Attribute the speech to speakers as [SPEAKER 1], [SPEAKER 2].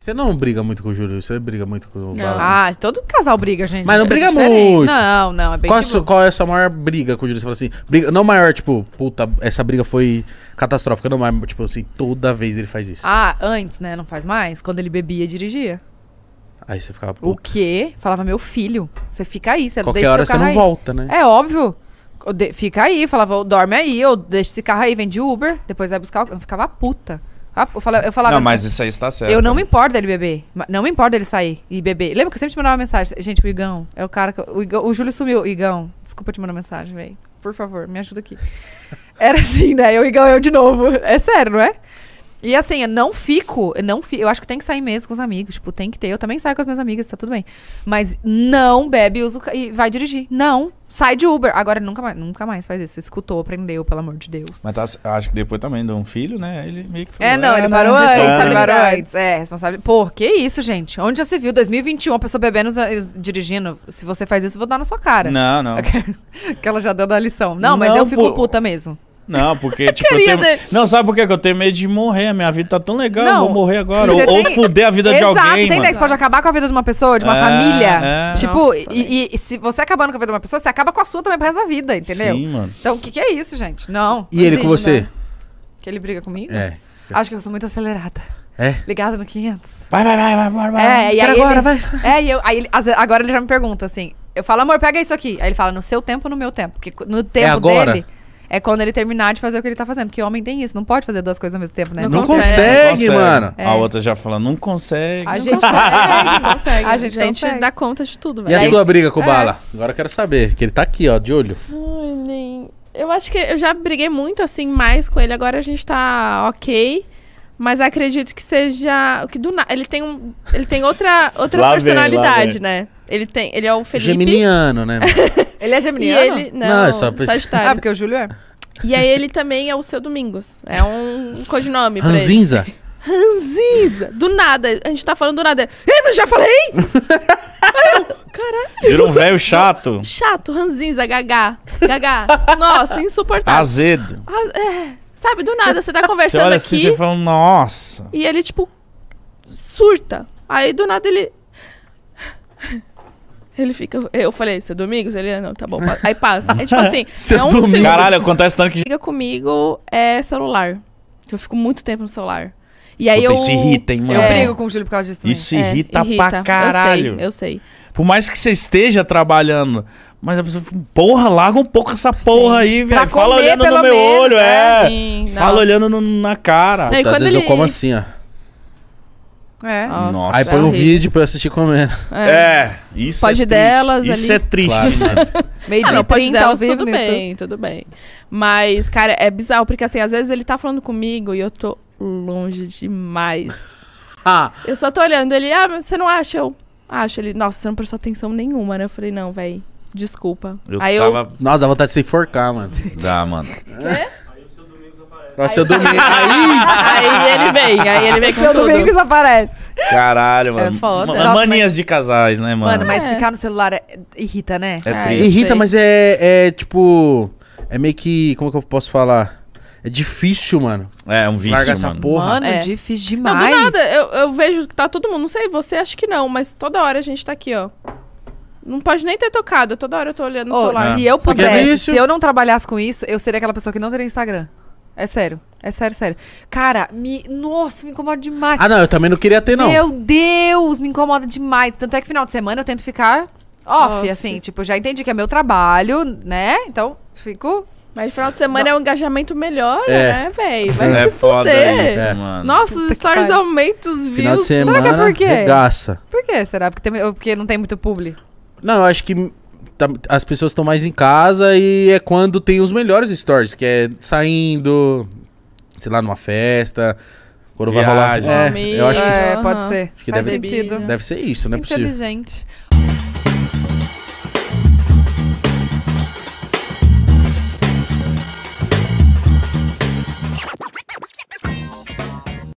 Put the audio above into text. [SPEAKER 1] Você não briga muito com o Júlio, você briga muito com o Balu.
[SPEAKER 2] Ah, todo casal briga, gente.
[SPEAKER 1] Mas não
[SPEAKER 2] É
[SPEAKER 1] briga
[SPEAKER 2] diferente.
[SPEAKER 1] muito.
[SPEAKER 2] Não, não, é bem
[SPEAKER 1] Qual, é a
[SPEAKER 2] de
[SPEAKER 1] sua-
[SPEAKER 2] boa.
[SPEAKER 1] qual é a sua maior briga com o Júlio? Você fala assim, briga, não maior, tipo, puta, essa briga foi catastrófica, não, mas, tipo assim, toda vez ele faz isso.
[SPEAKER 2] Ah, antes, né? Não faz mais. Quando ele bebia, dirigia.
[SPEAKER 1] Aí você ficava,
[SPEAKER 2] O
[SPEAKER 1] puta,
[SPEAKER 2] quê? Falava, meu filho, você fica aí, você
[SPEAKER 1] qualquer
[SPEAKER 2] deixa
[SPEAKER 1] hora
[SPEAKER 2] seu
[SPEAKER 1] você
[SPEAKER 2] carro
[SPEAKER 1] não
[SPEAKER 2] aí.
[SPEAKER 1] volta, né?
[SPEAKER 2] É óbvio. Eu de- Fica aí, falava, "Ô, dorme aí, ou deixa esse carro aí, vem de Uber, depois vai buscar. o- Eu ficava puta. Ah, Eu falava, eu falava
[SPEAKER 3] Não, mas isso aí está certo.
[SPEAKER 2] eu não me importo dele beber. ma- Não me importo dele sair e beber. Lembra que eu sempre te mandava uma mensagem? Gente, o Igão é o cara que. eu- O, Igão- o Júlio sumiu. Igão, desculpa te mandar mensagem, velho. Por favor, me ajuda aqui. Era assim, né? Eu, Igão, eu de novo. É sério, não é? E assim, eu não fico, eu não fico. Eu acho que tem que sair mesmo com os amigos. Tipo, tem que ter. Eu também saio com as minhas amigas, tá tudo bem. Mas não bebe usa o ca- e vai dirigir. Não. Sai de Uber. Agora nunca mais, nunca mais faz isso. Escutou, aprendeu, pelo amor de Deus.
[SPEAKER 3] Mas tá- acho que depois também de um filho, né? Ele meio que falou,
[SPEAKER 2] É, não, ele
[SPEAKER 3] "Ah,
[SPEAKER 2] parou antes, ele
[SPEAKER 3] responsabilidade".
[SPEAKER 2] parou antes. É, responsável. Pô, que isso, gente? Onde já se viu? 2021, a pessoa bebendo, za- e dirigindo. Se você faz isso, eu vou dar na sua cara.
[SPEAKER 3] Não, não.
[SPEAKER 2] Que ela já dando a lição. Não, mas
[SPEAKER 3] Não,
[SPEAKER 2] eu fico
[SPEAKER 3] pô.
[SPEAKER 2] puta mesmo.
[SPEAKER 3] Não, porque, tipo, eu
[SPEAKER 2] carinha
[SPEAKER 3] tenho...
[SPEAKER 2] dele.
[SPEAKER 3] Não, sabe por quê? Que eu tenho medo de morrer. A minha vida tá tão legal, eu
[SPEAKER 2] Não,
[SPEAKER 3] vou morrer agora. Ou,
[SPEAKER 2] você
[SPEAKER 3] ou
[SPEAKER 2] tem-
[SPEAKER 3] fuder a vida
[SPEAKER 2] Exato,
[SPEAKER 3] de alguém,
[SPEAKER 2] tem ideia
[SPEAKER 3] mano.
[SPEAKER 2] que você pode acabar com a vida de uma pessoa, de uma
[SPEAKER 3] É,
[SPEAKER 2] família.
[SPEAKER 3] é.
[SPEAKER 2] Tipo,
[SPEAKER 4] Nossa,
[SPEAKER 2] e-
[SPEAKER 4] velho.
[SPEAKER 2] e, e se você acabando com a vida de uma pessoa, você acaba com a sua também pro resto da vida, entendeu?
[SPEAKER 3] Sim, mano.
[SPEAKER 2] Então, o que, que é isso, gente? Não.
[SPEAKER 1] E
[SPEAKER 2] não
[SPEAKER 1] ele com
[SPEAKER 2] existe,
[SPEAKER 1] você?
[SPEAKER 2] né? não. Que ele briga comigo?
[SPEAKER 1] É.
[SPEAKER 2] Acho que eu sou muito acelerada.
[SPEAKER 1] É?
[SPEAKER 2] Ligada no 500.
[SPEAKER 3] Vai, vai, vai, vai, bora,
[SPEAKER 2] É,
[SPEAKER 3] vai.
[SPEAKER 2] e aí
[SPEAKER 1] Quero agora,
[SPEAKER 2] ele,
[SPEAKER 1] vai.
[SPEAKER 2] É, e eu, aí ele- às vezes- agora ele já me pergunta assim. Eu falo, amor, pega isso aqui. Aí ele fala, no seu tempo ou no meu tempo? Porque no tempo
[SPEAKER 1] agora?
[SPEAKER 2] dele é quando ele terminar de fazer o que ele tá fazendo. Porque homem tem isso, não pode fazer duas coisas ao mesmo tempo, né?
[SPEAKER 4] Não
[SPEAKER 1] Não
[SPEAKER 4] consegue.
[SPEAKER 1] consegue, mano.
[SPEAKER 2] É.
[SPEAKER 3] A outra já falando, não consegue.
[SPEAKER 2] A
[SPEAKER 4] Não
[SPEAKER 2] gente
[SPEAKER 4] consegue, não consegue.
[SPEAKER 2] A gente consegue.
[SPEAKER 4] dá conta de tudo,
[SPEAKER 1] E
[SPEAKER 4] velho.
[SPEAKER 1] a
[SPEAKER 4] Ai,
[SPEAKER 1] sua briga
[SPEAKER 2] É.
[SPEAKER 1] com o Bala? Agora eu quero saber, que ele tá aqui, ó, de olho.
[SPEAKER 4] nem- Eu acho que eu já briguei muito, assim, mais com ele. Agora a gente tá ok. Mas acredito que seja. que do na... Ele tem um. Ele tem outra, outra
[SPEAKER 3] Lá vem, lá
[SPEAKER 4] personalidade,
[SPEAKER 3] vem.
[SPEAKER 4] né? Ele tem. Ele é o Felipe.
[SPEAKER 1] Geminiano, né? mano?
[SPEAKER 2] Ele é
[SPEAKER 4] E
[SPEAKER 2] geminiano?
[SPEAKER 4] ele. Não,
[SPEAKER 1] Não, é só-
[SPEAKER 4] só...
[SPEAKER 2] Ah,
[SPEAKER 4] Sagitário.
[SPEAKER 2] porque o Júlio é.
[SPEAKER 4] E aí ele também é o seu Domingos. É um codinome pra ele.
[SPEAKER 1] Ranzinza?
[SPEAKER 4] Ranzinza. Do nada. A gente tá falando do nada. Ei, mas já falei? Aí eu, Caralho.
[SPEAKER 3] Vira um velho chato,
[SPEAKER 4] Chato, ranzinza, gagá. Gagá. Nossa, insuportável.
[SPEAKER 3] azedo.
[SPEAKER 4] Raz- é, sabe, do nada, você tá
[SPEAKER 3] Você
[SPEAKER 4] conversando
[SPEAKER 3] olha
[SPEAKER 4] aqui
[SPEAKER 3] assim, você fala, nossa.
[SPEAKER 4] e ele, tipo, surta. Aí do nada ele. Ele fica. Eu falei, seu Domingos? Ele, "Ah, não, tá bom. pa-". Aí passa. É tipo assim.
[SPEAKER 1] Seu
[SPEAKER 4] é um
[SPEAKER 1] Domingos.
[SPEAKER 4] segundo.
[SPEAKER 3] Caralho, acontece tanto que...
[SPEAKER 4] Briga comigo é celular. que Eu fico muito tempo no celular. E aí
[SPEAKER 3] Puta,
[SPEAKER 4] eu.
[SPEAKER 3] isso irrita, hein, mano.
[SPEAKER 2] É, Eu brigo com o Júlio por causa disso também.
[SPEAKER 3] Isso
[SPEAKER 4] É,
[SPEAKER 3] irrita, pra caralho.
[SPEAKER 4] Eu sei, eu sei.
[SPEAKER 3] Por mais que você esteja trabalhando, mas a pessoa fica, porra, larga um pouco essa porra aí, velho. Fala
[SPEAKER 2] comer,
[SPEAKER 3] olhando
[SPEAKER 2] pelo
[SPEAKER 3] no meu
[SPEAKER 2] menos,
[SPEAKER 3] olho,
[SPEAKER 2] né?
[SPEAKER 3] é.
[SPEAKER 4] Sim,
[SPEAKER 3] Fala
[SPEAKER 4] nossa.
[SPEAKER 3] olhando no- na cara.
[SPEAKER 4] Não, e
[SPEAKER 1] Então, às
[SPEAKER 4] quando
[SPEAKER 1] vezes eu
[SPEAKER 4] ele-
[SPEAKER 1] como assim, ó.
[SPEAKER 2] É.
[SPEAKER 4] Nossa,
[SPEAKER 3] Nossa.
[SPEAKER 1] Aí põe um
[SPEAKER 4] horrível.
[SPEAKER 1] vídeo pra eu assistir comendo.
[SPEAKER 3] É, isso
[SPEAKER 4] Pode
[SPEAKER 3] é triste.
[SPEAKER 4] delas
[SPEAKER 3] Isso
[SPEAKER 4] ali.
[SPEAKER 3] é triste.
[SPEAKER 1] Claro, né?
[SPEAKER 2] Meio
[SPEAKER 4] Ah,
[SPEAKER 2] de
[SPEAKER 4] não, pode
[SPEAKER 2] 30 ao
[SPEAKER 4] delas,
[SPEAKER 2] vivo
[SPEAKER 4] tudo
[SPEAKER 2] no YouTube.
[SPEAKER 4] bem, tudo bem. Mas, cara, é bizarro, porque assim, às vezes ele tá falando comigo e eu tô longe demais.
[SPEAKER 1] Ah,
[SPEAKER 4] Eu só tô olhando ele, ah, mas você não acha? Eu acho ele, nossa, você não prestou atenção nenhuma, né? Eu falei, não, véi, desculpa.
[SPEAKER 3] Eu
[SPEAKER 4] Aí eu,
[SPEAKER 3] tava.
[SPEAKER 1] nossa, dá vontade de se enforcar, mano.
[SPEAKER 3] Dá, mano.
[SPEAKER 1] Nossa, eu dormi.
[SPEAKER 4] aí ele vem, aí ele vem com
[SPEAKER 2] Seu
[SPEAKER 4] tudo.
[SPEAKER 2] Domingos aparece.
[SPEAKER 3] Caralho, mano.
[SPEAKER 4] É foda.
[SPEAKER 3] Ma-
[SPEAKER 2] Nossa,
[SPEAKER 3] manias de casais, né, mano?
[SPEAKER 2] Mano, mas
[SPEAKER 4] É.
[SPEAKER 2] ficar no celular é- irrita, né?
[SPEAKER 3] É
[SPEAKER 4] Ai,
[SPEAKER 3] triste.
[SPEAKER 1] Irrita,
[SPEAKER 4] sei.
[SPEAKER 1] mas é, é tipo. É meio que. Como que eu posso falar? É difícil, mano.
[SPEAKER 3] É um vício,
[SPEAKER 1] Larga essa
[SPEAKER 3] mano.
[SPEAKER 1] porra.
[SPEAKER 2] Mano,
[SPEAKER 4] É.
[SPEAKER 2] difícil
[SPEAKER 4] Não,
[SPEAKER 2] demais.
[SPEAKER 4] do nada, eu, eu vejo que tá todo mundo, não sei, você acha que não, mas toda hora a gente tá aqui, ó. Não pode nem ter tocado, toda hora eu tô olhando no
[SPEAKER 2] Ô,
[SPEAKER 4] celular.
[SPEAKER 2] se eu
[SPEAKER 1] Porque é
[SPEAKER 2] pudesse,
[SPEAKER 1] vício.
[SPEAKER 2] se eu não trabalhasse com isso, eu seria aquela pessoa que não teria Instagram. É sério. É sério, sério. Cara, me. Nossa, me incomoda demais.
[SPEAKER 1] Ah, não, eu também não queria ter, não.
[SPEAKER 2] Meu Deus, me incomoda demais. Tanto é que final de semana eu tento ficar off,
[SPEAKER 4] Off.
[SPEAKER 2] assim. Tipo, eu já entendi que é meu trabalho, né? Então, fico.
[SPEAKER 4] Mas no final de semana é um engajamento melhor,
[SPEAKER 1] É.
[SPEAKER 4] né, velho? Vai
[SPEAKER 3] É
[SPEAKER 4] se
[SPEAKER 3] foda
[SPEAKER 4] fuder.
[SPEAKER 3] isso,
[SPEAKER 1] É.
[SPEAKER 3] mano.
[SPEAKER 4] Nossa,
[SPEAKER 2] Puta
[SPEAKER 4] os
[SPEAKER 2] que
[SPEAKER 4] stories
[SPEAKER 2] pariu.
[SPEAKER 4] aumentam os views.
[SPEAKER 1] Final de
[SPEAKER 2] que é
[SPEAKER 1] semana.
[SPEAKER 2] por quê?
[SPEAKER 1] Regaça.
[SPEAKER 2] Por quê? Será? Porque, tem- porque não tem muito publi.
[SPEAKER 1] Não, eu acho que. tá- As pessoas estão mais em casa e é quando tem os melhores stories, que é saindo, sei lá, numa festa, quando vai
[SPEAKER 3] Viagem.
[SPEAKER 1] rolar. É,
[SPEAKER 4] Amigo.
[SPEAKER 1] eu acho que
[SPEAKER 2] É,
[SPEAKER 4] Aham.
[SPEAKER 2] pode ser.
[SPEAKER 1] Acho que
[SPEAKER 4] Faz
[SPEAKER 1] deve-
[SPEAKER 4] sentido.
[SPEAKER 1] deve ser isso, não é possível.
[SPEAKER 2] Inteligente.